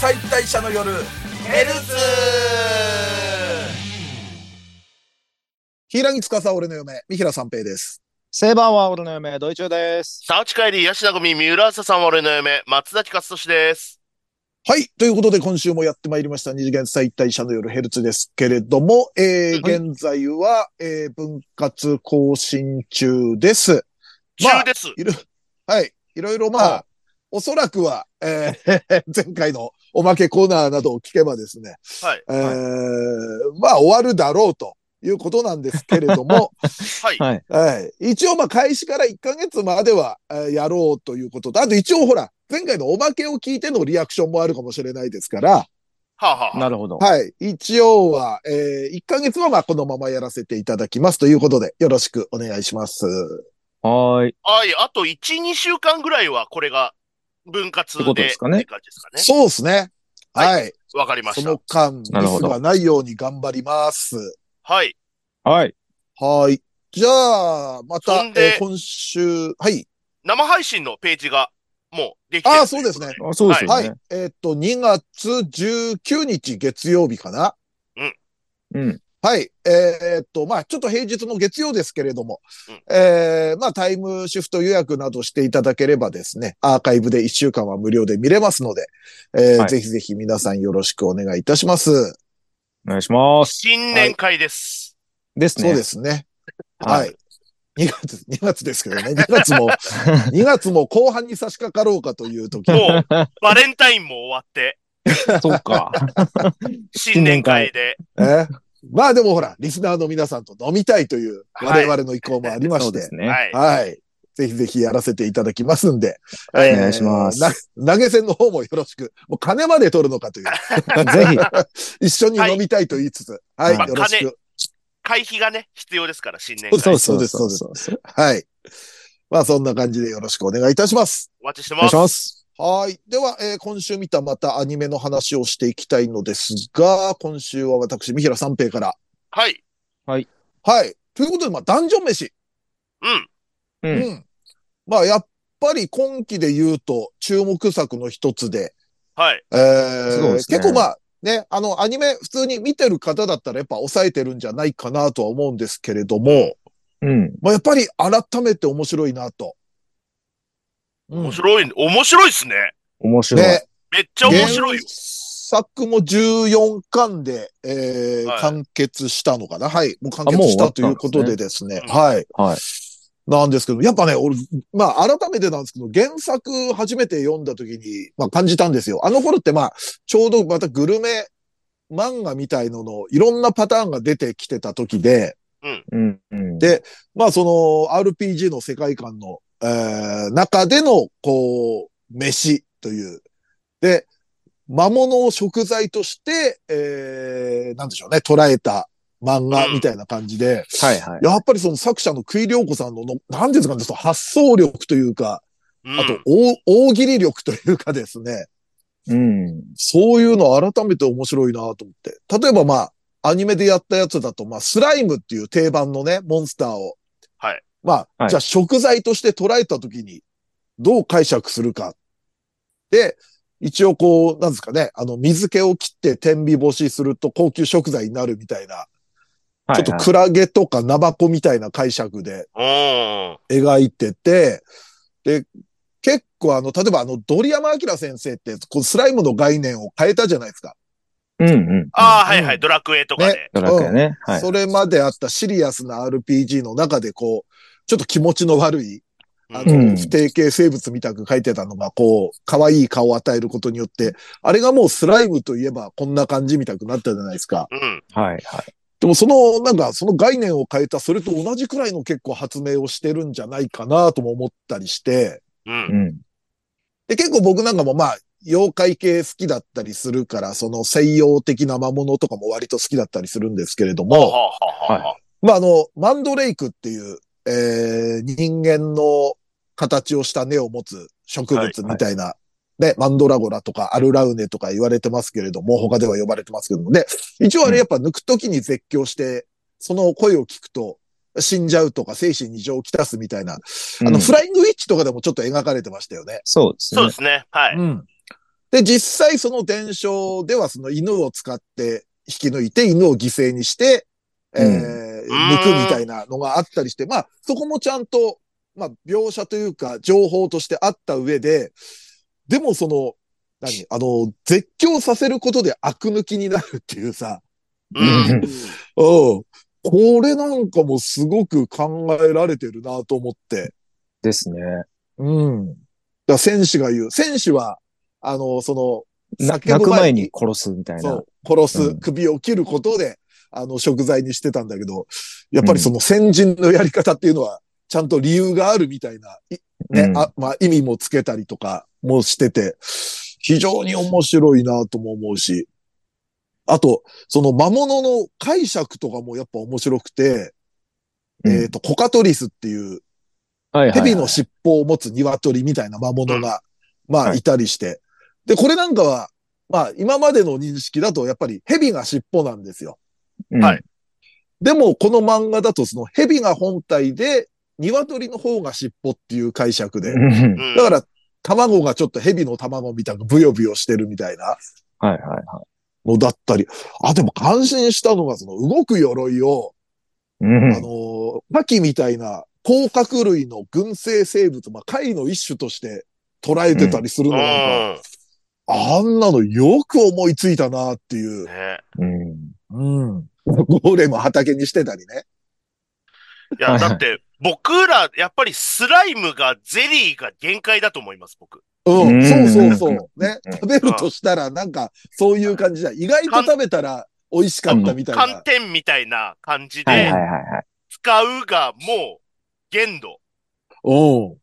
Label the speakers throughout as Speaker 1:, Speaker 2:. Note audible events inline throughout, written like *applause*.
Speaker 1: 解体者の夜ヘルツ
Speaker 2: 平木司俺の嫁、三平三平です。
Speaker 3: セイバーは俺の嫁、ドイチューです。
Speaker 4: サウチカイリー、ヤシナゴミ、三浦朝さん、俺の嫁、松崎勝利です。
Speaker 2: はい。ということで、今週もやってまいりました、二次元再退者の夜ヘルツですけれども、えー
Speaker 3: はい
Speaker 2: 現在は、えー分割更新中です。まあ
Speaker 4: 中です。
Speaker 2: いろ、はい。いろいろまあ、おそらくは、えー *laughs* 前回のおまけコーナーなどを聞けばですね、
Speaker 4: はい。
Speaker 2: えーまあ、終わるだろうということなんですけれども、
Speaker 4: *laughs* はい。
Speaker 3: はい
Speaker 2: はい。一応、まあ、開始から1ヶ月までは、えーやろうということと、あと一応、ほら、前回のおまけを聞いてのリアクションもあるかもしれないですから、
Speaker 4: はあ、はあ、
Speaker 3: なるほど。
Speaker 2: はい。一応は、えー、1ヶ月は、まあ、このままやらせていただきますということで、よろしくお願いします。
Speaker 3: はーい。
Speaker 4: はい。あと1、2週間ぐらいは、これが、分割で。
Speaker 3: ってことですかね
Speaker 4: って感じですかね。
Speaker 2: そうですね。
Speaker 4: は
Speaker 2: はい。
Speaker 4: わかりま
Speaker 2: そ
Speaker 4: した
Speaker 2: の。間、ミス
Speaker 3: なるほど
Speaker 2: がないように頑張ります。
Speaker 4: はい。
Speaker 3: はい。
Speaker 2: はい。じゃあ、また
Speaker 4: そ、んで
Speaker 2: えー今週、はい。
Speaker 4: 生配信のページが、もう、できてる
Speaker 2: ああ、そうですね。
Speaker 3: あそうですよ
Speaker 2: はい
Speaker 3: ね。。
Speaker 2: えーっと、2月19日月曜日かな。
Speaker 3: うん。
Speaker 2: はい。えーっと、まあ、ちょっと平日の月曜ですけれども、えーまあ、タイムシフト予約などしていただければですね、アーカイブで1週間は無料で見れますので、えー
Speaker 3: はい
Speaker 2: ぜひぜひ皆さんよろしくお願いいたします。
Speaker 3: お願いします。
Speaker 4: 新年会です。
Speaker 3: ですね。
Speaker 2: そうで。すね。
Speaker 3: は
Speaker 2: はいい。2月、2月ですけどね、2月
Speaker 3: *laughs*
Speaker 2: も、2月も後半に差し掛かろうかという時
Speaker 4: もう、バレンタインも終わって、
Speaker 3: そう
Speaker 2: *laughs*
Speaker 3: か。
Speaker 4: 新年会で。
Speaker 2: ね。まあでもほら、リスナーの皆さんと飲みたいという我々の意向もありま
Speaker 3: そう
Speaker 2: して
Speaker 3: で、すね。
Speaker 4: はい。
Speaker 2: はい。ぜひぜひやらせていただきますんで。。
Speaker 4: はい
Speaker 3: お願いします
Speaker 2: な投げ銭の方もよろしく。もう金まで取るのかという。
Speaker 3: *laughs* ぜひ。
Speaker 2: *laughs* 一緒に飲みたいと言いつつ。はい。
Speaker 3: まあ
Speaker 2: よろしく。
Speaker 4: 会費がね、必要ですから、新年
Speaker 2: そう
Speaker 4: 会。
Speaker 2: そうですそうです
Speaker 3: す。
Speaker 2: はい。まあそんな感じでよろしくお願いいたします。
Speaker 4: お待ちして
Speaker 3: お願
Speaker 4: ま
Speaker 3: いし
Speaker 4: す。
Speaker 3: ます。
Speaker 2: はい。では、えー今週見たまたアニメの話をしていきたいのですが、今週は私、三平三平から。
Speaker 4: はい。
Speaker 2: はい。ということで、まあ、ダンジョン飯。
Speaker 4: うん。
Speaker 3: う
Speaker 2: うん。まあ、やっぱり今期で言うと、注目作の一つで、
Speaker 4: はい。
Speaker 2: えー
Speaker 3: そうですね
Speaker 2: 結構まあ、ね、あの、アニメ普通に見てる方だったらやっぱ抑えてるんじゃないかなとは思うんですけれども、
Speaker 3: うん。
Speaker 2: まあ、やっぱり改めて面白いなと。うん
Speaker 4: 面白い、面白いっすね。
Speaker 3: 面白い。
Speaker 2: ね
Speaker 4: めっちゃ面白いよ
Speaker 2: 原。作も14巻で、えー
Speaker 4: はい
Speaker 2: 完結したのかなはい。もう完
Speaker 3: あもう
Speaker 2: 結し
Speaker 3: 終わ
Speaker 2: た
Speaker 3: っ
Speaker 2: と
Speaker 3: たん
Speaker 2: い
Speaker 3: ですね
Speaker 2: うことでですね。
Speaker 4: うん
Speaker 2: はい。
Speaker 3: はい。
Speaker 2: なんですけど、やっぱね、俺、まあ、改めてなんですけど、原作初めて読んだ時に、まあ、感じたんですよ。あの頃って、まあ、ちょうどまたグルメ漫画みたいのの、いろんなパターンが出てきてた時で、
Speaker 3: うん。うん
Speaker 2: でまあ、その、RPG の世界観の、えー中での、こう、飯という。で、魔物を食材として、えー、なんでしょうね、捉えた漫画みたいな感じで、
Speaker 3: はいはい。
Speaker 2: やっぱりその作者のクイリョコさんのの、なんていうんですかね、その発想力というか、
Speaker 4: うん
Speaker 2: あと、大大喜利力というかですね、
Speaker 3: うん。
Speaker 2: そういうの改めて面白いなと思って。例えばまあ、アニメでやったやつだと、まあ、スライムっていう定番のね、モンスターを。
Speaker 4: はい。
Speaker 2: まあ、
Speaker 3: はい
Speaker 2: じゃあ食材として捉えたときに、どう解釈するか。で、一応こう、なんですかね、あの、水気を切って天日干しすると高級食材になるみたいな、
Speaker 3: はいはい
Speaker 2: ちょっとクラゲとかナバコみたいな解釈で
Speaker 4: うん。
Speaker 2: 描いてて、で、結構あの、例えばあの、鳥山明先生って、こうスライムの概念を変えたじゃないですか。
Speaker 3: うんうん。
Speaker 4: ああ、はいは
Speaker 2: う
Speaker 4: い、ドラクエとかね。
Speaker 3: ドラクエね。はい。
Speaker 2: それまであったシリアスな RPG の中でこう、ちょっと気持ちの悪い、あの、
Speaker 3: うん
Speaker 2: 不定形生物みたく書いてたのが、こう、可愛い顔を与えることによって、あれがもうスライムといえばこんな感じみたくなったじゃないですか。
Speaker 4: うん。
Speaker 3: はいはい。
Speaker 2: でもその、なんか、その概念を変えた、それと同じくらいの結構発明をしてるんじゃないかなとも思ったりして、
Speaker 4: う。
Speaker 3: うんん。
Speaker 2: で、結構僕なんかもまあ、妖怪系好きだったりするから、その西洋的な魔物とかも割と好きだったりするんですけれど
Speaker 4: はあ
Speaker 2: も、
Speaker 4: はあはあはあ
Speaker 2: まあ、あの、マンドレイクっていう、えー、人間の形をした根を持つ植物みたいな、ね、マンドラゴラとかアルラウネとか言われてますけれども、他では呼ばれてますけどもね、一応あれやっぱ抜くときに絶叫して、その声を聞くと、死んじゃうとか精神に異常をきたすみたいな、あの、フライングウィッチとかでもちょっと描かれてましたよね。
Speaker 3: そうです
Speaker 4: そう
Speaker 3: ね
Speaker 4: で。すね。はい。
Speaker 2: うん。で、実際その伝承ではその犬を使って引き抜いて、犬を犠牲にして、えー
Speaker 3: うん
Speaker 2: 抜くみたいなのがあったりして、まあ、そこもちゃんと、まあ、描写というか、情報としてあった上で、でもその、何あの、絶叫させることで悪抜きになるっていうさ、
Speaker 4: うん。
Speaker 2: うん。これなんかもすごく考えられてるなと思って。
Speaker 3: ですね。
Speaker 2: うん。だから選手が言う。選手は、あの、その、
Speaker 3: な
Speaker 2: 叫
Speaker 3: 泣
Speaker 2: ぶ
Speaker 3: く前に殺すみたい
Speaker 2: そ
Speaker 3: な
Speaker 2: う。、殺す、
Speaker 3: うん
Speaker 2: 首を切ることで、あの、食材にしてたんだけど、やっぱりその先人のやり方っていうのは、ちゃんと理由があるみたいな、いね、
Speaker 3: うん
Speaker 2: あ、まあ、意味もつけたりとかもしてて、非常に面白いなとも思うし、あと、その魔物の解釈とかもやっぱ面白くて、
Speaker 3: うん
Speaker 2: えっ、と、コカトリスっていう、
Speaker 3: はいはいはい
Speaker 2: 蛇の尻尾を持つ鶏みたいな魔物が、まあ、
Speaker 3: はい
Speaker 2: いたりして。で、これなんかは、まあ、今までの認識だと、やっぱり蛇が尻尾なんですよ。
Speaker 3: うん
Speaker 4: はい
Speaker 2: でも、この漫画だと、その蛇が本体で、鶏の方が尻尾っていう解釈で
Speaker 3: う。ん
Speaker 4: う
Speaker 2: *laughs*
Speaker 4: ん
Speaker 2: だから、卵がちょっと蛇の卵みたいな、ブヨブヨしてるみたいな
Speaker 3: はいはいは
Speaker 2: のだったり。あ、でも感心したのが、その動く鎧を、
Speaker 3: い。うん
Speaker 2: あのー、パキみたいな甲殻類の群生生物、まあ、貝の一種として捉えてたりするのがなんか、
Speaker 4: うん。
Speaker 2: あんなのよく思いついたなっていう。
Speaker 4: ね
Speaker 3: うん
Speaker 2: うん。ゴーレム畑にしてたりね。
Speaker 4: いや、だって、僕ら、やっぱりスライムが、ゼリーが限界だと思います、僕。
Speaker 2: う。
Speaker 3: うんん
Speaker 2: そうそうそう。ね。
Speaker 3: うん
Speaker 2: 食べるとしたらなんかそういう感じだ。意外と食べたら美味しかったみたい
Speaker 4: 寒
Speaker 2: な。
Speaker 4: 天みたいな感じ
Speaker 3: はいはい
Speaker 4: で
Speaker 3: は、いはい。
Speaker 4: 使うが、もう、限度。
Speaker 2: うん。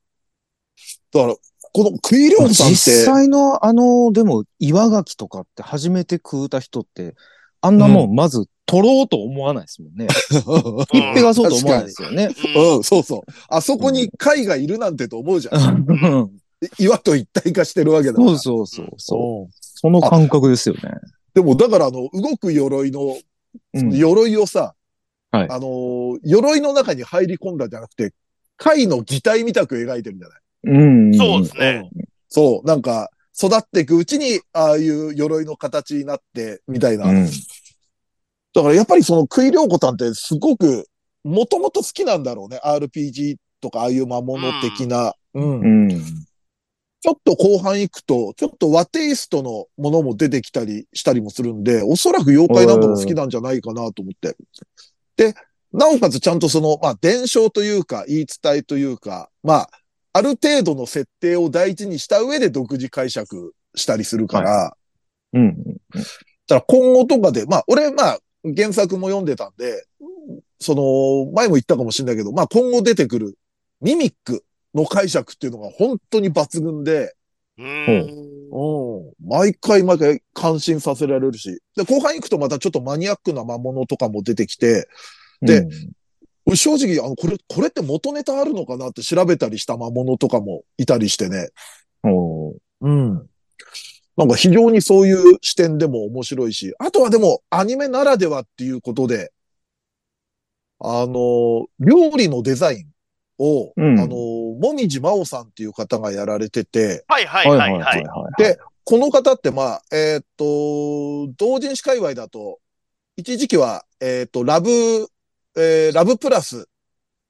Speaker 2: だから、このクイリョンさん
Speaker 3: 実
Speaker 2: って、
Speaker 3: 際のあの、でも岩牡蠣とかって初めて食うた人って、あんなもんまず取ろうと思わないですもんね。
Speaker 4: うん
Speaker 3: 一平がそうと思わないですよね。
Speaker 4: うん
Speaker 2: うん、そうそう。あそこに貝がいるなんてと思うじゃん。
Speaker 3: うん
Speaker 2: 岩と一体化してるわけだから。
Speaker 3: そうそうそうそう。
Speaker 2: うん
Speaker 3: その感覚ですよね。
Speaker 2: でも、だから、あの、動く鎧の、
Speaker 3: うん
Speaker 2: 鎧をさ、
Speaker 3: はい
Speaker 2: あのー、鎧の中に入り込んだじゃなくて、貝の擬態みたく描いてるんじゃない
Speaker 3: うん
Speaker 4: そうですね。
Speaker 2: うんそう、なんか、育っていくうちに、ああいう鎧の形になって、みたいな。
Speaker 3: うん
Speaker 2: だから、やっぱりその、クイリョウコタンってすごく、もともと好きなんだろうね。RPG とか、ああいう魔物的な。うん
Speaker 3: うん。
Speaker 2: ちょっと後半行くと、ちょっと和テイストのものも出てきたりしたりもするんで、おそらく妖怪なんかも好きなんじゃないかなと思って。で、なおかつちゃんとその、まあ、伝承というか、言い伝えというか、まあ、ある程度の設定を大事にした上で独自解釈したりするから、
Speaker 3: うん。
Speaker 2: だから今後とかで、まあ、俺、まあ、原作も読んでたんで、その、前も言ったかもしれないけど、まあ今後出てくるミミックの解釈っていうのが本当に抜群で、
Speaker 4: うん。
Speaker 2: うん。毎回毎回感心させられるし。で、後半行くとまたちょっとマニアックな魔物とかも出てきて、で
Speaker 3: うん、
Speaker 2: 俺正直、あの、これ、これって元ネタあるのかなって調べたりした魔物とかもいたりしてね。
Speaker 3: おー
Speaker 2: うん。なんか非常にそういう視点でも面白いし、あとはでもアニメならではっていうことで、あの、料理のデザインを、
Speaker 3: うん
Speaker 2: あの、もみじまおさんっていう方がやられてて、
Speaker 4: はいは
Speaker 3: はいい
Speaker 4: は
Speaker 3: はいい
Speaker 4: は
Speaker 3: はいい。。
Speaker 2: で、この方って、まあ、えーっと、同人誌界隈だと、一時期は、えーっと、ラブ、えーラブプラス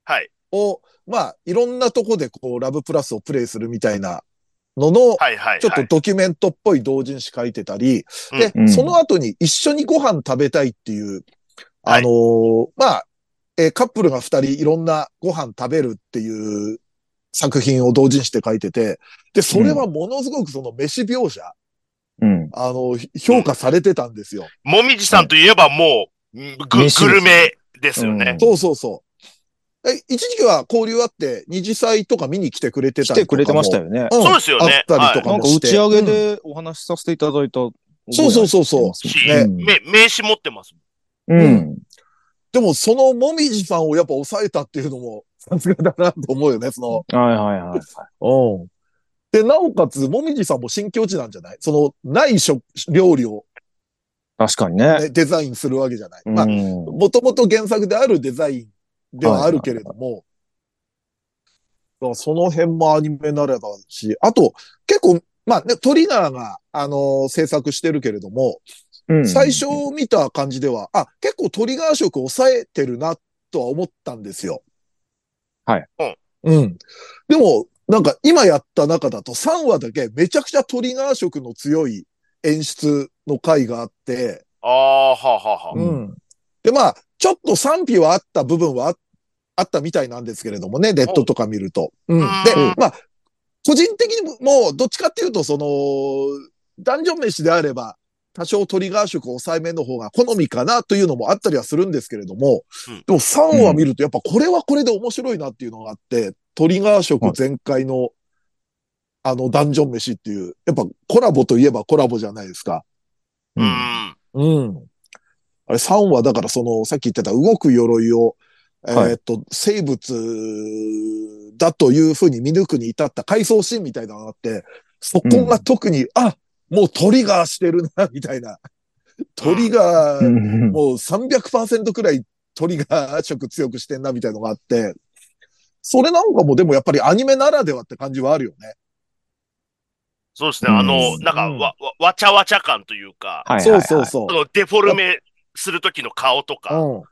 Speaker 4: はい。
Speaker 2: を、まあ、いろんなとこで、こう、ラブプラスをプレイするみたいなのの、
Speaker 4: はいはいはい。
Speaker 2: ちょっとドキュメントっぽい同人誌書いてたり、で、
Speaker 3: うん
Speaker 2: その後に一緒にご飯食べたいっていう、
Speaker 4: は
Speaker 2: あ
Speaker 4: い
Speaker 2: のーまあ、えーカップルが二人いろんなご飯食べるっていう作品を同人誌で書いてて、で、それはものすごくその飯描写、
Speaker 3: うん。
Speaker 2: あの、ひ評価されてたんですよ。
Speaker 4: もみじさんといえばもう、ぐ、
Speaker 3: 飯です
Speaker 4: グルメですよね。
Speaker 2: そうそうそう。え、一時期は交流あって、二次祭とか見に来てくれて
Speaker 3: 来
Speaker 2: たりと
Speaker 3: て
Speaker 2: か
Speaker 3: く
Speaker 2: も。
Speaker 3: れてましたよね。
Speaker 2: うん。
Speaker 4: そうですよね
Speaker 2: あったりとか
Speaker 3: なん
Speaker 2: も
Speaker 3: か
Speaker 2: し
Speaker 3: 打
Speaker 2: て。
Speaker 3: ち上げ
Speaker 2: うん
Speaker 3: でお話しさせていただいた覚えがありますね。
Speaker 2: そうそうそうそう
Speaker 4: し、
Speaker 2: ね
Speaker 4: め、名刺持ってます。
Speaker 3: うん。
Speaker 2: でも、そのもみじさんをやっぱ抑えたっていうの
Speaker 3: *laughs*
Speaker 2: も、さすがだなと思うよね、そ
Speaker 3: はいはいはい。
Speaker 2: の。うん。で、なおかつ、もみじさんも新境地なんじゃないその、ない食、料理を、
Speaker 3: 確かにね。
Speaker 2: ね、デザインするわけじゃない。まあ
Speaker 3: う、ん
Speaker 2: もともと原作であるデザインではあるけれども、だからその辺もアニメなればだし、あと、結構まあ、ね、トリナーが、あのー制作してるけれども、
Speaker 3: うん
Speaker 2: 最初見た感じでは、あ、結構トリガー色抑えてるな、とは思ったんですよ。
Speaker 3: はい。
Speaker 2: うん。でも、なんか今やった中だと3話だけめちゃくちゃトリガー色の強い演出の回があって、
Speaker 4: ああ、はあはあは
Speaker 3: う
Speaker 4: あ。
Speaker 3: ん
Speaker 2: で、まあ、ちょっと賛否はあった部分はああったみたいなんですけれどもね、ネットとか見ると。うん。で
Speaker 4: うん、
Speaker 2: まあ、個人的にも、どっちかっていうと、その、ダンジョン飯であれば、多少トリガー色抑えめの方が好みかなというのもあったりはするんですけれども
Speaker 4: うん、
Speaker 2: でも3話見ると、やっぱこれはこれで面白いなっていうのがあって、トリガー色全開の、あの、ダンジョン飯っていう、やっぱコラボといえばコラボじゃないですか。
Speaker 4: う
Speaker 3: うん
Speaker 4: ん。
Speaker 2: うん。あれ、3はだからその、さっき言ってた動く鎧を、え
Speaker 3: はい
Speaker 2: ーっと、生物だというふうに見抜くに至った回想シーンみたいなのがあって、そこが特に、あ、もうトリガーしてるな、みたいな。トリガー、
Speaker 3: うん
Speaker 2: もう300%くらいトリガー色強くしてんな、みたいのがあって、それなんかもでもやっぱりアニメならではって感じはあるよね。
Speaker 4: そうですね。あの、
Speaker 3: うん
Speaker 4: なんか、わ、わ、わちゃわちゃ感というか、
Speaker 3: はいはいはい
Speaker 2: そうそうそう
Speaker 4: そ。のデフォルメするときの顔とか、
Speaker 2: うん。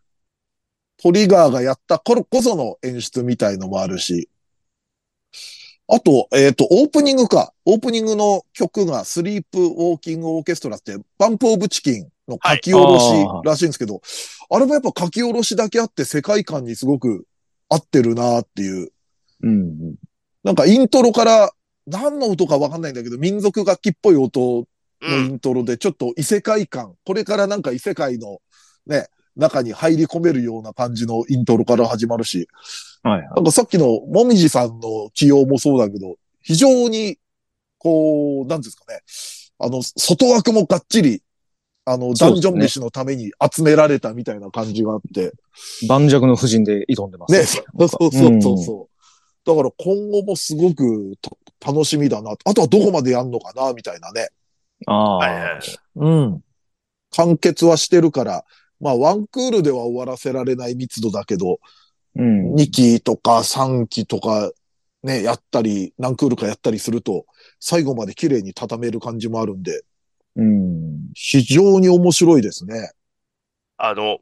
Speaker 2: トリガーがやった頃こその演出みたいのもあるし。あと、えっ、と、オープニングか。オープニングの曲が、スリープウォーキングオーケストラって、バンプオブチキンの書き下ろしらしいんですけど、あれもやっぱ書き下ろしだけあって世界観にすごく合ってるなっていう。
Speaker 3: うん
Speaker 2: なんかイントロから、何の音かわかんないんだけど、民族楽器っぽい音
Speaker 4: う
Speaker 2: のイ
Speaker 4: ん。
Speaker 2: ントロで、ちょっと異世界感、これからなんか異世界のね、中に入り込めるような感じのイントロから始まるし、
Speaker 3: はいはい。
Speaker 2: なんかさっきのもみじさんの起用もそうだけど、非常に、こう、なんていうんですかね、あの、外枠もがっちり、あの、ダ
Speaker 3: そう
Speaker 2: ン
Speaker 3: ですね
Speaker 2: ジョン飯のために集められたみたいな感じがあって、
Speaker 3: 盤石の布陣で挑んでます。
Speaker 2: ね、そうそうそうそうそう。だから今後もすごくと楽しみだな。あとはどこまでやんのかな、みたいなね。
Speaker 3: あ
Speaker 4: はいは
Speaker 3: あ
Speaker 4: い。。
Speaker 2: うん。完結はしてるから、まあ、ワンクールでは終わらせられない密度だけど、
Speaker 3: うん。
Speaker 2: 2期とか3期とか、ね、やったり、何クールかやったりすると、最後まで綺麗に畳める感じもあるんで、
Speaker 3: うん。
Speaker 2: 非常に面白いですね。
Speaker 4: あの、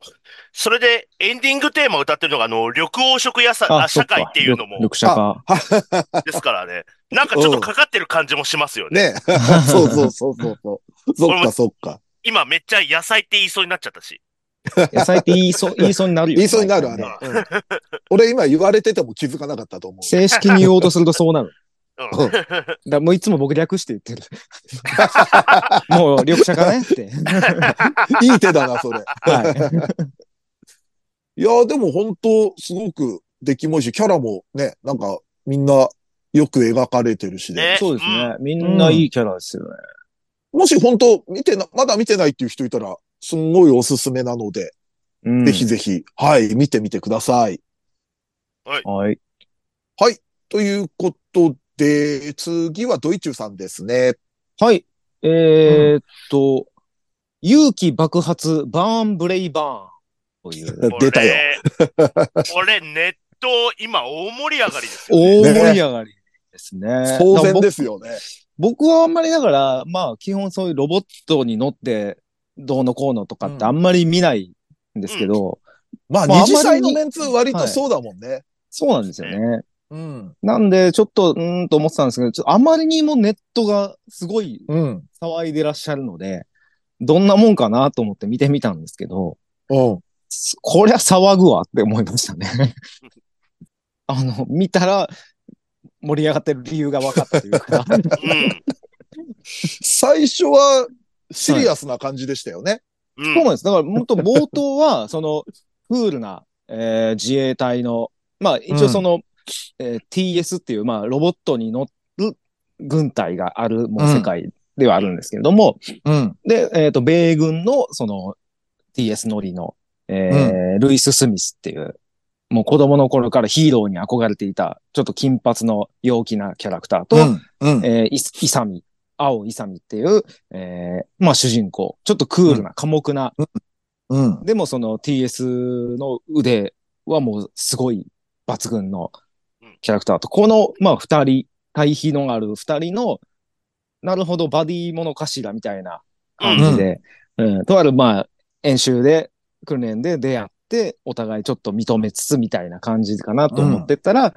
Speaker 4: それでエンディングテーマを歌ってるのが、あの、緑黄色野菜、あ社会っていうのも
Speaker 3: 緑、緑社会。
Speaker 4: ですからね。なんかちょっとかかってる感じもしますよ
Speaker 2: *laughs*
Speaker 4: ね。
Speaker 2: ねそうそうそうそうそう。そっかそっか。
Speaker 4: 今めっちゃ野菜って言いそうになっちゃったし。
Speaker 3: 野菜って言 *laughs* いそう、言いそうになるよ。
Speaker 2: 言いそうになる、あれ。うん俺今言われてても気づかなかったと思う。
Speaker 3: 正式に言おうとするとそうなる。
Speaker 2: う
Speaker 4: うん。
Speaker 2: ん
Speaker 3: だもういつも僕略して言ってる。 *laughs* もう緑茶かねって。
Speaker 2: いい手だな、それ。
Speaker 3: *laughs* はい。
Speaker 2: いやーでも本当すごく出来もいいし、キャラもね、なんかみんなよく描かれてるしね。
Speaker 4: ね
Speaker 3: そうですね。みんないいキャラですよね。
Speaker 2: もし本当見てな、まだ見てないっていう人いたら、すんごいおすすめなので、
Speaker 3: うん
Speaker 2: ぜひぜひ、はい、見てみてください。
Speaker 3: はい。
Speaker 2: ということで、次はドイチューさんですね。
Speaker 3: はい。えーっと、勇気爆発、バーンブレイバーンと *laughs* いう。
Speaker 2: 出たよ。
Speaker 4: *laughs* これ、これネット、今大盛り上がりですよね。
Speaker 3: 大盛り上がりですね。
Speaker 2: 当然ですよね。
Speaker 3: 僕はあんまりだから、まあ基本そういうロボットに乗ってどうのこうのとかってあんまり見ないんですけど、
Speaker 2: まあ、
Speaker 3: まあ
Speaker 2: 二次祭の
Speaker 3: あま
Speaker 2: メ
Speaker 3: り
Speaker 2: ンツ割とそうだもんね。
Speaker 3: そうなんですよね。
Speaker 2: うん。
Speaker 3: なんでちょっと、うーんと思ってたんですけど、ちょっとあまりにもネットがすごい
Speaker 2: うん。
Speaker 3: 騒いでらっしゃるので、どんなもんかなと思って見てみたんですけど、
Speaker 2: うん。
Speaker 3: すこりゃ騒ぐわって思いましたね。 *laughs* あの、見たら盛り上がってる理由が分かったというか。
Speaker 2: 最初は、シリアスな感じでしたよね。
Speaker 4: うん。うん
Speaker 3: そう。なんです。だから、もっと冒頭は、その、クールな、えー自衛隊の、まあ、一応その、えー TS っていう、まあ、ロボットに乗る軍隊がある、もう世界ではあるんですけれども、
Speaker 2: うん。
Speaker 3: で、えっ、と、米軍の、その、TS 乗りの、えールイス・スミスっていう、もう子供の頃からヒーローに憧れていた、ちょっと金髪の陽気なキャラクターと、
Speaker 2: うん。うん。
Speaker 3: えー、イスイサミ、青イサミっていう、えーまあ主人公、ちょっとクールな、寡黙な、
Speaker 2: うん。
Speaker 3: でもその TS の腕はもうすごい抜群のキャラクターと、この、まあ二人、対比のある二人の、なるほど、バディものかしらみたいな
Speaker 4: うん
Speaker 3: 感じで、うんとある、まあ、演習で、訓練で出会って、お互いちょっと認めつつみたいな感じかなと思ってったら、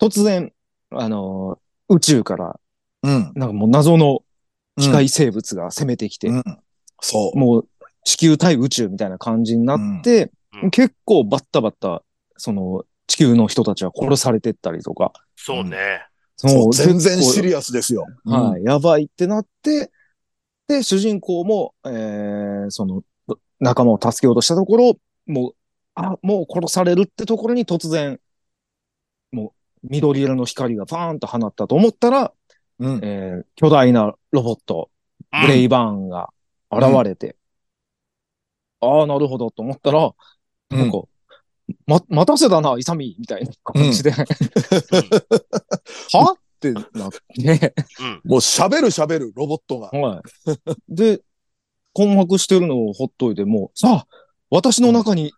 Speaker 3: 突然、あのー宇宙から、
Speaker 2: うん。
Speaker 3: なんかもう謎の機械生物が攻めてきて、
Speaker 2: うん。そう。
Speaker 3: もう地球対宇宙みたいな感じになって、
Speaker 4: うんうん
Speaker 3: 結構バッタバッタ、その地球の人たちは殺されてったりとか、
Speaker 4: そうね。
Speaker 2: そう全
Speaker 3: 結
Speaker 2: 然
Speaker 3: 構
Speaker 2: シリアスですよ。
Speaker 3: はい、やばいってなって、で、主人公も、えー、その、仲間を助けようとしたところ、もう、あ、もう殺されるってところに突然、もう、緑色の光がバーンと放ったと思ったら、
Speaker 2: うん。うん。
Speaker 3: えー巨大なロボット、
Speaker 4: うん
Speaker 3: ブレイバーンが現れて、ああ、なるほどと思ったら、
Speaker 2: うん
Speaker 3: なんか、ま、待たせたな、イサミみたいな感じで、 *laughs* はってなって、
Speaker 2: もう喋る喋る、ロボットが。
Speaker 3: はい。で、困惑してるのをほっといて、もう、さあ、私の中に、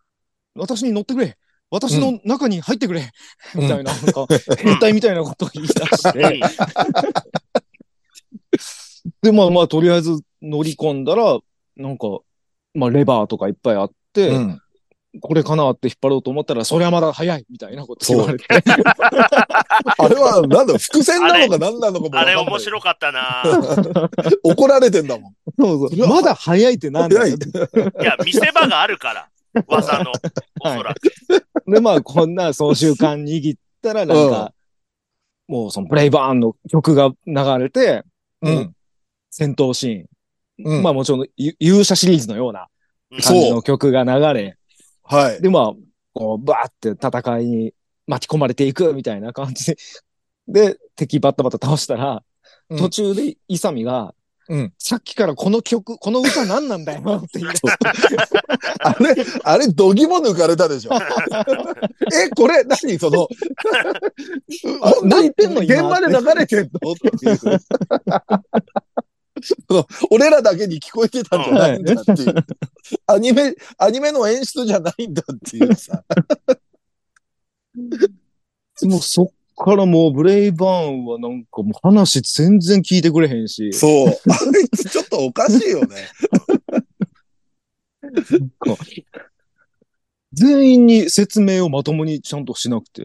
Speaker 3: 私に乗ってくれ私の中に入ってくれ、
Speaker 2: うん
Speaker 3: みたいな、なんか、変態みたいなことを言い出して、
Speaker 4: うん
Speaker 3: で、まあまあ、とりあえず乗り込んだら、なんか、まあ、レバーとかいっぱいあって、
Speaker 2: うん。
Speaker 3: これかなって引っ張ろうと思ったら、そりゃまだ早いみたいなこと言われて。
Speaker 2: あれは、なんだ、伏線なのか何なのかもわか
Speaker 4: あ
Speaker 2: んない。
Speaker 4: れ面白かったな。
Speaker 2: 怒られてんだもん。
Speaker 3: そうそうまだ早いってなんだよ。
Speaker 4: いや、見せ場がある
Speaker 3: *laughs*
Speaker 4: から。技の。おそらく。
Speaker 3: で、まあ、こんな総集感握ったら、なんか、もうそのブレイバーンの曲が流れて、
Speaker 2: うん。
Speaker 3: 戦闘シーン。
Speaker 2: うん
Speaker 3: まあもちろんゆ勇者シリーズのような感じの曲が流れ。
Speaker 2: はい。
Speaker 3: で、まあ、こう、バーって戦いに巻き込まれていくみたいな感じで、で敵バッタバタ倒したら、
Speaker 2: うん
Speaker 3: 途中でイサミが、
Speaker 2: うん
Speaker 3: さっきからこの曲、この歌何なんだよっ
Speaker 2: *laughs*
Speaker 3: て言って、
Speaker 2: あれ、あれ、どぎも抜かれた
Speaker 4: *laughs*
Speaker 2: でしょ。え、これ、何その、
Speaker 3: *laughs* あ何言ってんの
Speaker 2: *laughs* 現
Speaker 3: 今
Speaker 2: 場で流れてんのっていうその俺らだけに聞こえてたんじゃないんだっていう。アニメ、アニメの演出じゃないんだっていうさ。
Speaker 3: もうそっからもうブレイバーンはなんかもう話全然聞いてくれへんし、
Speaker 2: そう。あれ、ちょっとおかしいよね。
Speaker 3: 全員に説明をまともにちゃんとしなくて、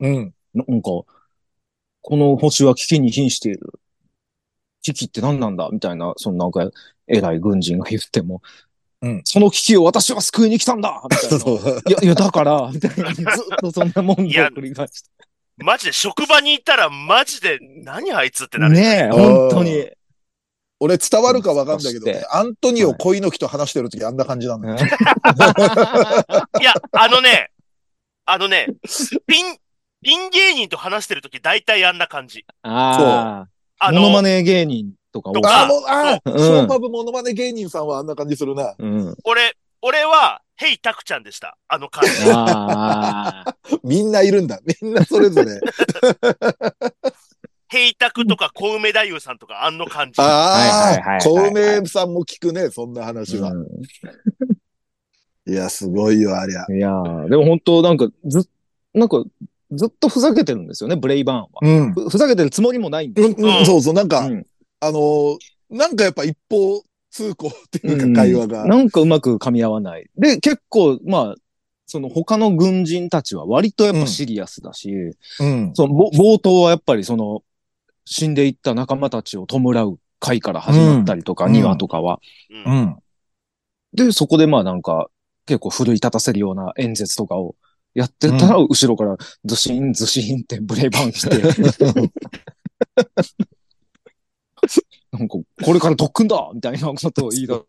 Speaker 2: うん。
Speaker 3: なんか、この星は危機に瀕している。危機って何なんだみたいな、そのなんか、偉い軍人が言っても、
Speaker 2: うん
Speaker 3: その危機を私は救いに来たんだみたいな。
Speaker 2: そう。
Speaker 3: いや、いや、だから、みたいな、ずっとそんなもんを
Speaker 4: いや
Speaker 3: 繰り返し
Speaker 4: マジで、職場にいたらマジで、何あいつって
Speaker 3: て。
Speaker 4: なる。
Speaker 3: ねえ、本当に。
Speaker 2: 俺伝わるかわかんないけど
Speaker 3: そ
Speaker 2: ね
Speaker 3: して。
Speaker 2: アントニオ恋の木と話してる時あんな感じなんだよ。
Speaker 4: いや、あのね、あのね、ピン、ピン芸人と話してるとき大体あんな感じ。
Speaker 3: ああ、
Speaker 4: あ
Speaker 3: モノマ
Speaker 4: の、
Speaker 3: ネ芸人とか多い
Speaker 4: と
Speaker 2: あ
Speaker 4: か
Speaker 2: もう、あ
Speaker 3: うん
Speaker 2: ショーパブモノマネ芸人さんはあんな感じするな。
Speaker 3: うん。
Speaker 4: 俺、俺は、ヘイタクちゃんでした。あの感じ。
Speaker 3: あ
Speaker 2: *laughs*
Speaker 3: あ。
Speaker 2: みんないるんだ。 *laughs* みんなそれぞ
Speaker 3: *laughs*
Speaker 2: れ。
Speaker 4: ヘイタクとか小梅太夫さんとかあんの感じ。
Speaker 3: は
Speaker 2: あ
Speaker 3: いはいはいは
Speaker 2: あ、
Speaker 3: い
Speaker 2: 小梅さんも聞くね、そんな話は。
Speaker 3: う
Speaker 2: いや、すごいよ、ありゃ。
Speaker 3: んいやーでも本当なんか、ず、なんか、ずっとふざけてるんですよね、ブレイバーンは。
Speaker 2: うん。
Speaker 3: ふふざけてるつもりもないんで
Speaker 2: う
Speaker 3: す
Speaker 2: ん、うんそうそう、なんか、
Speaker 3: うん
Speaker 2: あのーなんかやっぱ一方通行っていううんか、会話が。
Speaker 3: なんかうまく噛み合わない。で、結構、まあ、その他の軍人たちは割とやっぱシリアスだし、
Speaker 2: うん。
Speaker 3: そのぼ冒頭はやっぱりその、死んでいった仲間たちを弔う会から始まったりとか、
Speaker 2: うん
Speaker 3: 庭とかは。
Speaker 4: うん
Speaker 2: ん。
Speaker 3: で、そこでまあなんか、結構奮い立たせるような演説とかをやってたら、後ろからズシンズシンってブレイバーン来て、 *laughs* なんか、これから特訓だみたいなことを言い出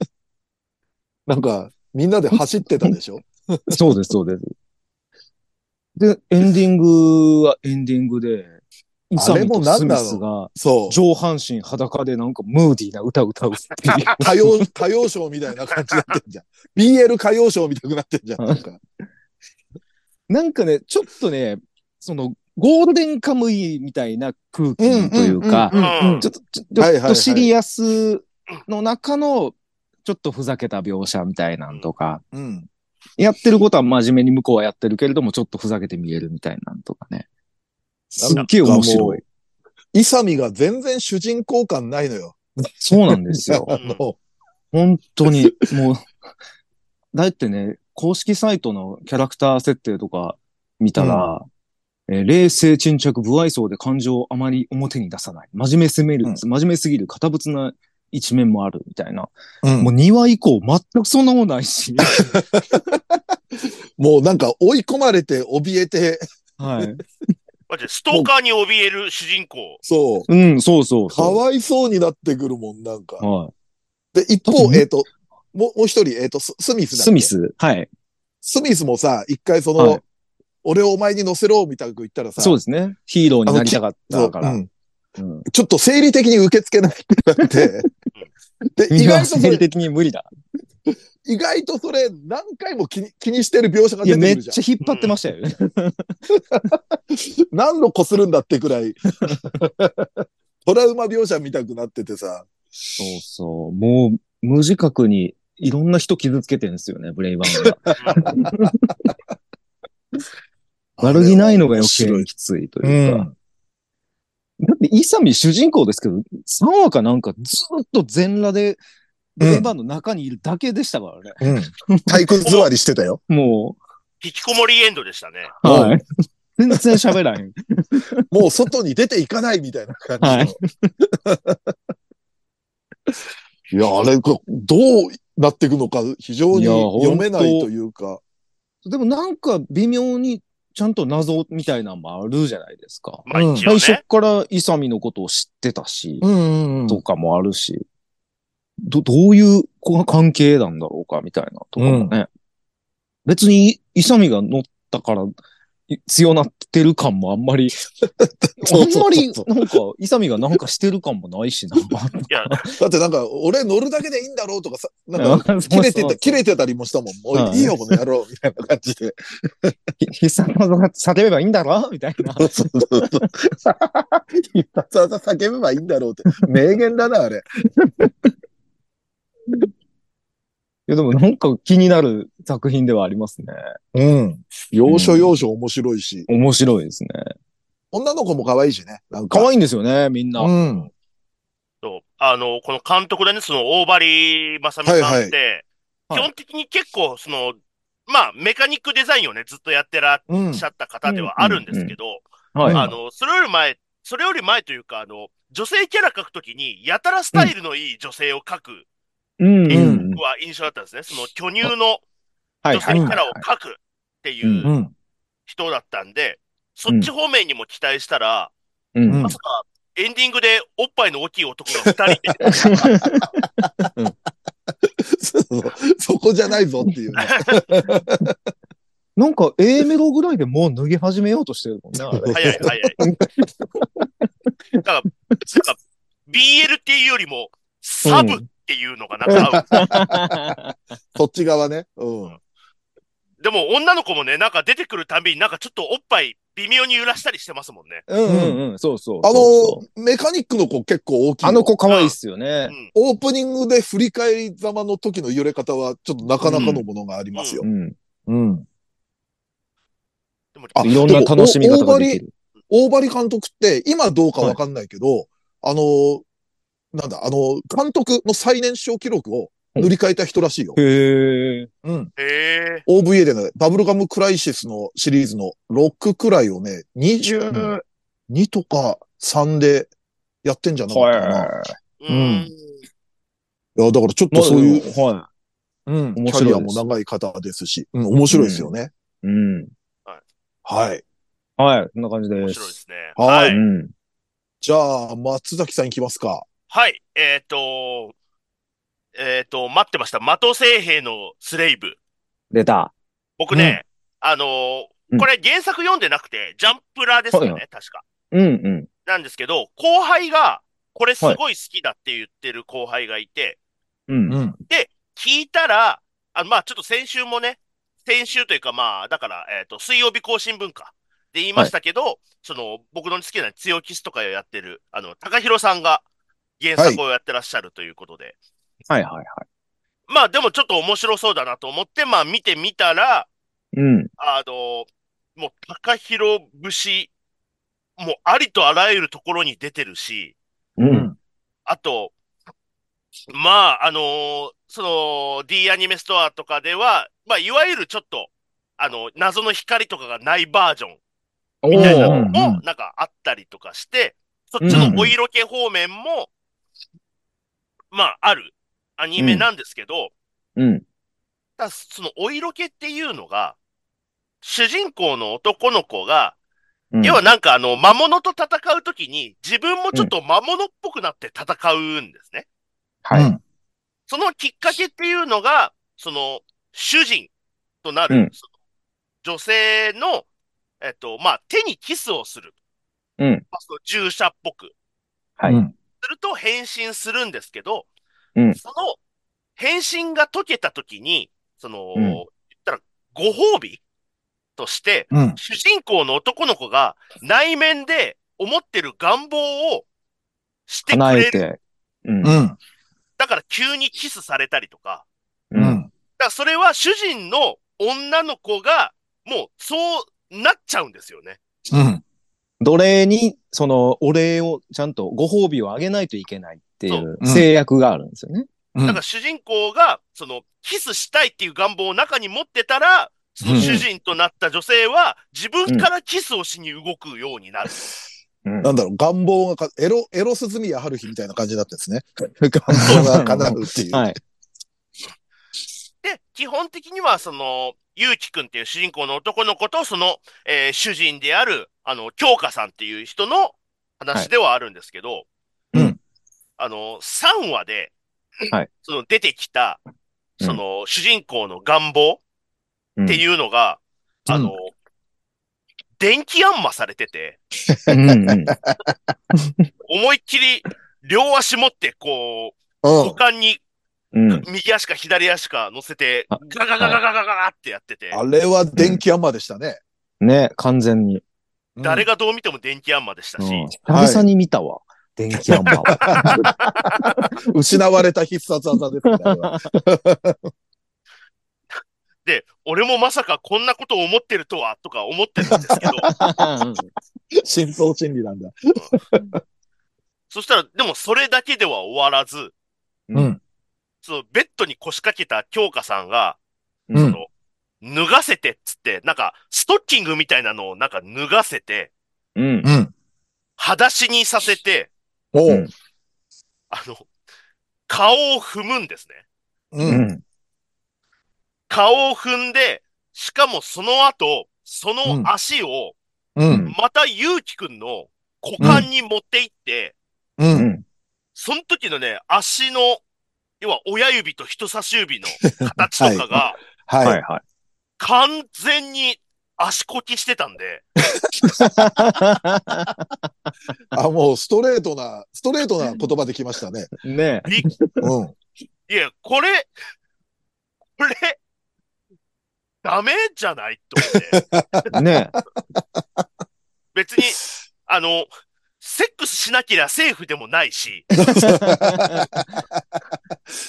Speaker 2: なんか、みんなで走ってたで
Speaker 3: *laughs*
Speaker 2: しょ
Speaker 3: そうです、そうです。で、エンディングはエンディングで、イサミとスミスが
Speaker 2: そう。
Speaker 3: 上半身裸でなんかムーディーな歌歌うっていう。
Speaker 2: 歌謡、歌謡ショーみたいな感じになってんじゃん。BL 歌謡ショーみたくなってんじゃん。なんか。
Speaker 3: *laughs* なんかね、ちょっとね、その、ゴールデンカムイみたいな空気というか、
Speaker 4: うん
Speaker 3: ちょっと、ちょ
Speaker 2: はいはい
Speaker 3: ちょっ
Speaker 2: はい
Speaker 3: とシリアスの中の、ちょっとふざけた描写みたいなんとか、
Speaker 2: うん。
Speaker 3: やってることは真面目に向こうはやってるけれども、ちょっとふざけて見えるみたいなんとかね。すっげえ面白い。
Speaker 2: イサミが全然主人公感ないのよ。。
Speaker 3: そうなんですよ
Speaker 2: *laughs* あの、
Speaker 3: 本当に、もう、だってね、公式サイトのキャラクター設定とか見たら、えー冷静沈着不愛想で感情をあまり表に出さない。真面目すぎる、
Speaker 2: うん
Speaker 3: 真面目すぎる堅物な一面もあるみたいな。
Speaker 2: うん
Speaker 3: もう2話以降全くそんなもんない *laughs* し。
Speaker 2: もうなんか追い込まれて怯えて、 *laughs*
Speaker 3: はい。
Speaker 4: マジでストーカーに怯える主人公。
Speaker 2: そう。
Speaker 3: うん、そうそう
Speaker 2: か
Speaker 3: そう。
Speaker 2: わいそうになってくるもん、なんか。
Speaker 3: は
Speaker 2: で、一
Speaker 3: だって
Speaker 2: 方、
Speaker 3: ね
Speaker 2: えっ、と、もう、もう一人、えっ、と、ススミ
Speaker 3: い。
Speaker 2: スだっけ
Speaker 3: スミ。ス。はい。
Speaker 2: スミスもさ、一回その、
Speaker 3: はい
Speaker 2: 俺をお前に乗せろ、みたいなこと言ったらさ、
Speaker 3: そうですね。ヒーローになりたかったから。
Speaker 2: そううん
Speaker 3: うん
Speaker 2: ちょっと生理的に受け付けないってなっ
Speaker 3: *laughs*
Speaker 2: て、で、意
Speaker 3: 意
Speaker 2: 外
Speaker 3: 外
Speaker 2: と
Speaker 3: と
Speaker 2: それ
Speaker 3: 生理、的に無理だ。
Speaker 2: 意外とそれ、何回も気に気にしてる描写が
Speaker 3: い
Speaker 2: 出
Speaker 3: や、
Speaker 2: てく
Speaker 3: めっ
Speaker 2: るじゃん
Speaker 3: ち。ゃ引っ張ってましたよね。
Speaker 2: 何度こするんだってくら
Speaker 3: *laughs*
Speaker 2: い、トラウマ描写見たくなっててさ、
Speaker 3: そうそう。もう、無自覚に、いろんな人傷つけてるんですよね、ブレイバー *laughs* が。悪気ないのが余計にきついというか。だって、イサミ主人公ですけど、3話かなんかずっと全裸で、ブレイバーの中にいるだけでしたからね。
Speaker 2: うん。体育座りしてたよ。
Speaker 3: も
Speaker 4: 引きこもりエンドでしたね。
Speaker 3: う、
Speaker 2: うん
Speaker 3: はい。全然喋らへん。 *laughs*
Speaker 2: もう外に出ていかないみたいな感じの。、
Speaker 3: は
Speaker 2: *laughs*
Speaker 3: い
Speaker 2: や、あれ、これどうなっていくのか非常に
Speaker 3: いや
Speaker 2: 読めない
Speaker 3: 本当
Speaker 2: というか。
Speaker 3: でもなんか微妙に、ちゃんと謎みたいなのもあるじゃないですか。
Speaker 4: まあ一応
Speaker 3: 最初
Speaker 4: ね。
Speaker 3: からイサミのことを知ってたし。
Speaker 2: ん
Speaker 3: とかもあるし、ど、どういうこ関係なんだろうかみたいなとかもね。別に、イサミが乗ったから、い強なってる感もあん
Speaker 2: *laughs*
Speaker 3: まり、
Speaker 2: そうそうそう
Speaker 3: あんまり、なんか、イサミがなんかしてる感もない
Speaker 2: *laughs*
Speaker 3: しな。
Speaker 4: いや、
Speaker 2: だってなんか、俺乗るだけでいいんだろうとかさ、なんか、*laughs*
Speaker 3: か、
Speaker 2: 切
Speaker 3: *laughs*
Speaker 2: れてた、切れてたりもしたもん。も
Speaker 3: は
Speaker 2: う
Speaker 3: い
Speaker 2: いいよ、この野郎、みたいな感じで。
Speaker 3: 必殺技が叫べばいいんだろみたいな。
Speaker 2: そうそうそう。 *laughs* 必殺技叫べばいいんだろうって。名言だな、あれ。
Speaker 3: いや、でもなんか気になる作品ではありますね。
Speaker 2: うん。要所要所面白いし、
Speaker 3: 面白いですね。
Speaker 2: 女の子も可愛いしね。なんか。
Speaker 3: 可愛いんですよね、みんな。
Speaker 2: うん。
Speaker 4: そうあの、この監督でね、その大張正美さんって、
Speaker 3: はいはいはい
Speaker 4: 基本的に結構、その、まあ、メカニックデザインをね、ずっとやってらっ
Speaker 2: うん。
Speaker 4: しゃった方ではあるんですけど、
Speaker 3: はい。
Speaker 4: あの、それより前、それより前というか、あの、女性キャラ描くときに、やたらスタイルのいい女性を描く
Speaker 3: うん。
Speaker 4: っていううんのは印象だったんですね。その巨乳の
Speaker 3: はい
Speaker 4: 女性キ
Speaker 3: はい
Speaker 4: ャ
Speaker 3: はい。
Speaker 4: ラを描くっていううん人だったんで、そっち方面にも期待したら、
Speaker 3: うん
Speaker 2: う
Speaker 3: *laughs*
Speaker 2: ん
Speaker 4: まさかエンディングでおっぱいの大きい男が2人で、
Speaker 2: そうそう *laughs* そこじゃないぞっていう *laughs* ね。
Speaker 3: なんか A メロぐらいでもう脱ぎ始めようとしてるもんね、あれ。
Speaker 4: 早い早い。だから、なんか BL っていうよりも、サブっていうのがなんか合う。
Speaker 2: そっち側ね。うん。
Speaker 4: でも女の子もね、なんか出てくるたびになんかちょっとおっぱい微妙に揺らしたりしてますもんね。
Speaker 3: うんうんうん、そうそう
Speaker 2: あ
Speaker 3: そうそう
Speaker 2: の、メカニックの子結構大きいよ。
Speaker 3: あの子可愛いっすよ
Speaker 4: う
Speaker 3: ね。
Speaker 4: ん。
Speaker 2: オープニングで振り返りざまの時の揺れ方は、ちょっとなかなかのものがありますよ
Speaker 3: う。ん。
Speaker 2: うん。
Speaker 4: でも、
Speaker 2: あ
Speaker 3: いろんな楽しみ方ができる。
Speaker 2: 大張監督って、今どうかわかんないけど、あの、なんだ、あの、監督の最年少記録を塗り替えた人らしいよ。
Speaker 3: へえ。
Speaker 2: うん。
Speaker 4: へえ
Speaker 2: OVA でね、バブルガムクライシスのシリーズの6くらいをね、22とか3でやってんじゃなかったかな。い、う
Speaker 4: ー。うんん。
Speaker 2: や、だからちょっ
Speaker 3: ま
Speaker 2: と
Speaker 3: あ
Speaker 2: そういう、
Speaker 3: でもは
Speaker 2: うん、
Speaker 3: 面
Speaker 2: キ
Speaker 3: 白
Speaker 2: ャ
Speaker 3: いです
Speaker 2: リアも長い方ですし、うん、面白いですよね。
Speaker 3: い。うん。
Speaker 2: はい。
Speaker 3: はい、こんな感じで
Speaker 4: 面
Speaker 3: す。
Speaker 4: 白いですね。
Speaker 2: は
Speaker 4: は
Speaker 2: いう
Speaker 4: い。
Speaker 3: ん。
Speaker 2: じゃあ、松崎さん行きますか。
Speaker 4: はい。えっと、えっと、待ってました。的星兵のスレイブ。
Speaker 3: 出た。
Speaker 4: 僕ね、あの
Speaker 3: う
Speaker 4: ー、
Speaker 3: ん
Speaker 4: これ原作読んでなくて、ジャンプラーですか
Speaker 3: はいは
Speaker 4: ね、確か。
Speaker 3: うんうん。
Speaker 4: なんですけど、後輩が、これすごい好きだって言ってる後輩がいて、
Speaker 3: うん。
Speaker 2: ん。
Speaker 4: 聞いたら、あまあちょっと先週もね、先週というかまあ、だから、えっ、と、水曜日更新文化で言いましたけど、その、僕の好きな強キスとかをやってる、あの、高弘さんが原作をやってらっしゃるということで、
Speaker 3: はいはいはい。
Speaker 4: まあでもちょっと面白そうだなと思って、まあ見てみたら、
Speaker 3: うん。
Speaker 4: あの、もう、高広節もうありとあらゆるところに出てるし、
Speaker 3: うん。
Speaker 4: あと、まあ、あのーその D アニメストアとかでは、まあ、いわゆるちょっと、あの、謎の光とかがないバージョン
Speaker 3: お
Speaker 4: みたいなの
Speaker 3: ー
Speaker 4: も、なんかあったりとかして、そっちのお色気方面も、まあ、あるアニメなんですけど、
Speaker 3: うん。
Speaker 4: ただそのお色気っていうのが、主人公の男の子が、
Speaker 3: うん
Speaker 4: 要はなんかあの、魔物と戦うときに、自分もちょっと魔物っぽくなって戦うんですね。
Speaker 3: はい。
Speaker 2: うん
Speaker 4: そのきっかけっていうのが、その、主人となる、
Speaker 3: うん
Speaker 4: その女性の、えっと、まあ、手にキスをする。
Speaker 3: うん
Speaker 4: まあ、その従者っぽく。
Speaker 3: はい
Speaker 2: うん
Speaker 4: すると変身するんですけど、
Speaker 3: うん
Speaker 4: その、変身が解けた時に、その、
Speaker 3: うん
Speaker 4: 言ったら、ご褒美として、
Speaker 2: うん。
Speaker 4: 主人公の男の子が内面で思ってる願望をしてく
Speaker 3: 叶え
Speaker 4: れる。
Speaker 3: て。うん
Speaker 2: う。ん。
Speaker 4: だから急にキスされたりとか、
Speaker 3: う。
Speaker 2: うんん。
Speaker 4: だからそれは主人の女の子が、もうそうなっちゃうんですよね。
Speaker 2: うん。
Speaker 3: 奴隷に、その、お礼を、ちゃんとご褒美をあげないといけないってい
Speaker 4: そう
Speaker 2: うん
Speaker 3: 制約があるんですよね。
Speaker 2: う
Speaker 4: だ
Speaker 2: ん
Speaker 4: から主人公が、その、キスしたいっていう願望を中に持ってたら、その主人となった女性は、自分からキスをしに動くようになる。
Speaker 3: うん
Speaker 2: なんだろう、願望がか、エロ、エロ鈴宮春日みたいな感じになってるんですね。願望が叶うっていう。
Speaker 3: はい。
Speaker 4: で、基本的には、その、ゆうきくんっていう主人公の男の子と、その、えー主人である、あの、京香さんっていう人の話ではあるんですけど、
Speaker 2: うん
Speaker 4: あの、3話で、
Speaker 3: はい
Speaker 4: その出てきた、
Speaker 3: うん
Speaker 4: その、主人公の願望っていうのが、
Speaker 2: うん
Speaker 4: あの、電気あんまされてて、
Speaker 3: うんうん
Speaker 4: 思いっきり両足持って、こう、
Speaker 2: うん
Speaker 4: 股。間に
Speaker 3: うん。
Speaker 4: *laughs* 右足か左足か乗せて、
Speaker 3: あ
Speaker 4: ガガガガガガガってやってて、
Speaker 2: あれは電気山でしたね。
Speaker 3: ね、完全に。
Speaker 4: 誰
Speaker 2: が、
Speaker 4: がどう見ても電気アンマでしたし、
Speaker 3: うん久々に見たわ。電気アンバー。
Speaker 2: *laughs* 失われた必殺技ですね。あれ *laughs* は
Speaker 4: で、俺もまさかこんなことを思ってるとは、とか思ってるんですけど、
Speaker 3: うん
Speaker 2: 深層心理なんだ。
Speaker 4: そしたら、でもそれだけでは終わらず、
Speaker 2: うん。
Speaker 4: そのベッドに腰掛けた京香さんが、
Speaker 3: うん
Speaker 4: その、脱がせてっつって、なんか、ストッキングみたいなのをなんか脱がせて、
Speaker 3: うん。
Speaker 2: うん。
Speaker 4: 裸足にさせて、
Speaker 2: お
Speaker 3: う。
Speaker 2: うん
Speaker 4: あの、顔を踏むんですね。
Speaker 2: う。
Speaker 3: うんん。
Speaker 4: 顔を踏んで、しかもその後、その足を、
Speaker 2: うん。
Speaker 4: またゆうきくんの股間に持っていって、
Speaker 2: う。
Speaker 3: うんん。
Speaker 4: その時のね、足の、要は親指と人差し指の形とかが、
Speaker 3: はい
Speaker 2: は
Speaker 3: *laughs* は
Speaker 4: 完全に足こきしてたんで、
Speaker 2: *laughs* い。あ、もうストレートな、ストレートな言葉できましたね。
Speaker 3: い。ね
Speaker 4: びっ
Speaker 2: うん。
Speaker 4: いや、これ、これ、ダメじゃないと思って。
Speaker 3: ね
Speaker 4: 別に、あの、セックスしなきゃセーフでもないし、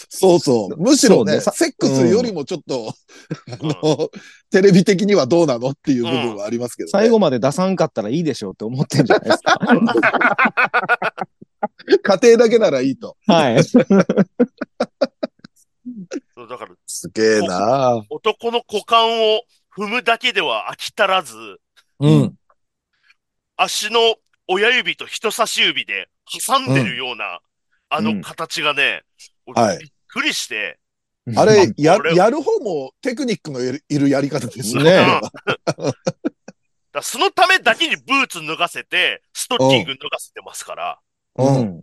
Speaker 2: そうそう。むしろね、
Speaker 3: そうね
Speaker 2: セックスよりもちょっと、
Speaker 4: うん
Speaker 2: あの、テレビ的にはどうなのっていう部分はありますけど、ね
Speaker 3: 最後まで出さんかったらいいでしょうって思ってんじゃないです
Speaker 4: *laughs*
Speaker 3: か。
Speaker 2: 家庭だけならいいと。
Speaker 3: はい。
Speaker 4: そうだから
Speaker 2: すげえな
Speaker 4: 男の股間を踏むだけでは飽き足らず、
Speaker 2: うん。
Speaker 4: 足の親指と人差し指で挟んでるような、あ
Speaker 3: う
Speaker 4: の
Speaker 3: ん
Speaker 4: 形がね、
Speaker 2: は
Speaker 4: 俺
Speaker 2: い
Speaker 4: びっくりして、
Speaker 2: あれ、や
Speaker 4: これ、
Speaker 2: やる方もテクニックのいるいるやり方ですよ
Speaker 3: ねえ
Speaker 4: うんだからそのためだけにブーツ脱がせて、ストッキング脱がせてますから、
Speaker 3: う
Speaker 2: うん。
Speaker 3: ん。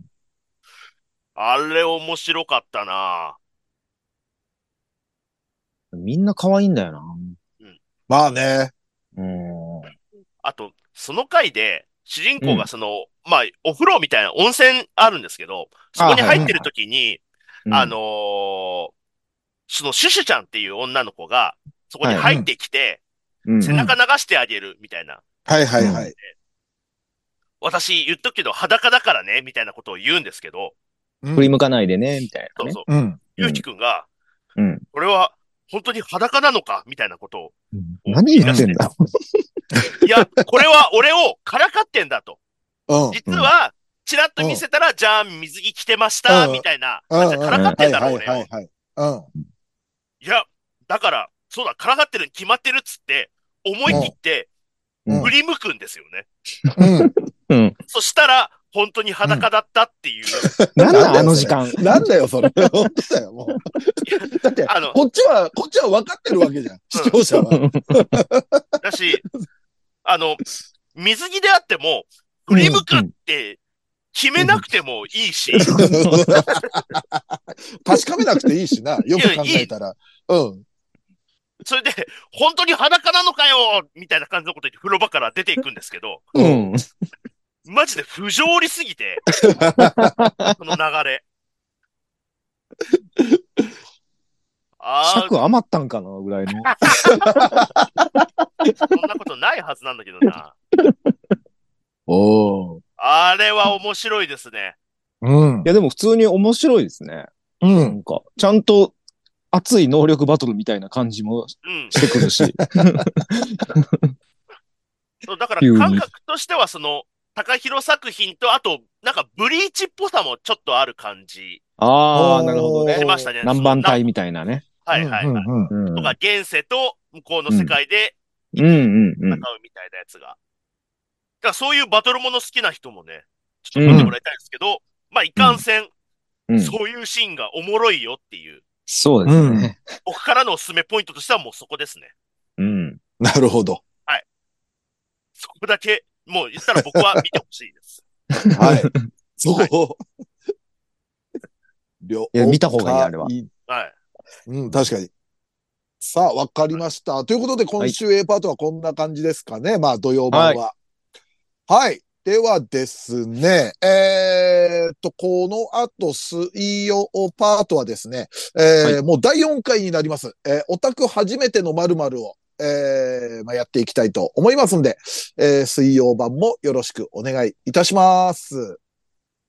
Speaker 4: あれ面白かったな
Speaker 3: みんな可愛いんだよな。
Speaker 2: まあね。
Speaker 3: うん。
Speaker 4: あと、その回で、主人公がその、まあ、お風呂みたいな温泉あるんですけど、そこに入ってる時に、あ、のーそのシュシュちゃんっていう女の子が、そこに入ってきて、
Speaker 3: うん。
Speaker 4: 背中流してあげるみたいな。
Speaker 2: はいはいはい。
Speaker 4: 私言っとくけど裸だからね、みたいなことを言うんですけど、
Speaker 2: うん
Speaker 3: 振り向かないでね、みたいな
Speaker 4: そう
Speaker 3: ね。
Speaker 4: そう。
Speaker 2: うん。
Speaker 4: ゆうきくんが、
Speaker 3: うん。
Speaker 4: 俺は本当に裸なのかみたいなことを。
Speaker 3: 何言ってんだ
Speaker 4: いや、これは俺をからかってんだと。
Speaker 2: うん。
Speaker 4: 実は、ちらっと見せたら、じゃあ水着着てました、
Speaker 2: うん
Speaker 4: みたいな。
Speaker 2: うん
Speaker 4: あじゃあからかってんだろ、
Speaker 2: はい
Speaker 4: 俺
Speaker 2: は
Speaker 4: を
Speaker 2: い。はいはい。
Speaker 4: いや、だから、そうだ、からかってるに決まってるっつって、思い切って、
Speaker 3: うん
Speaker 4: 振り向くんですよね。
Speaker 2: うん。うん。
Speaker 3: うん。
Speaker 4: そしたら、本当に裸だったっていう。
Speaker 3: なんなんあの時間。
Speaker 2: なんだよ、それ。本当だよ、もう。 *laughs* だって、
Speaker 4: *laughs* あの、
Speaker 2: こっちは、こっちは分かってるわけじゃん。視聴者は。
Speaker 4: だし、あの、水着であっても、振り向くって決めなくてもいいし、
Speaker 2: *laughs* 確かめなくていいしな。よく考えたら。うん。
Speaker 4: それで、本当に裸なのかよみたいな感じのこと言って風呂場から出ていくんです
Speaker 2: *laughs*
Speaker 4: けど、
Speaker 3: うん。
Speaker 4: マジで不条理すぎて、この流れ。あ
Speaker 3: 尺余ったんかなぐらいの。
Speaker 4: あ、そんなことないはずなんだけどな。
Speaker 2: お
Speaker 4: あれは面白いですね。
Speaker 2: うん
Speaker 3: い。や、でも普通に面白いですね。
Speaker 2: う。
Speaker 3: なんんか、ちゃんと熱い能力バトルみたいな感じも
Speaker 4: うん。
Speaker 3: してくるし。
Speaker 4: そうだか
Speaker 3: 急
Speaker 4: ら
Speaker 3: に
Speaker 4: 感覚としては、その、高広作品と、あと、なんかブリーチっぽさもちょっとある感じ
Speaker 3: ああ、なるほど
Speaker 2: おー
Speaker 4: し
Speaker 3: ね。
Speaker 4: ましたね。
Speaker 3: 南蛮隊みたいなね。
Speaker 4: そのなはいはいはい。
Speaker 2: うん
Speaker 3: うん。うん
Speaker 4: とか、現世と向こうの世界で
Speaker 3: うんう。
Speaker 4: 戦うんみたいなやつが。だからそういうバトルもの好きな人もね、ちょっと見てもらいたいんですけど、まあ、いかんせん、
Speaker 3: うん
Speaker 4: そういうシーンがおもろいよっていう、
Speaker 3: そうですね。
Speaker 4: 僕からのおすすめポイントとしてはもうそこですね。
Speaker 3: うん。
Speaker 2: なるほど。
Speaker 4: そこだけ、もう言ったら僕は見てほしいです。
Speaker 3: *laughs*
Speaker 2: はい。そう。了 *laughs*
Speaker 3: いや見た方がいいあれは
Speaker 4: はい。
Speaker 2: うん、確かに。さあ、わかりました。ということで、今週 A パートはこんな感じですかね。まあ、土曜版は。はい。ではですね、えーっと、この後、水曜パートはですね、えーもう第4回になります。えーオタク初めての〇〇を、えーまあ、やっていきたいと思いますんで、えー水曜版もよろしくお願いいたします。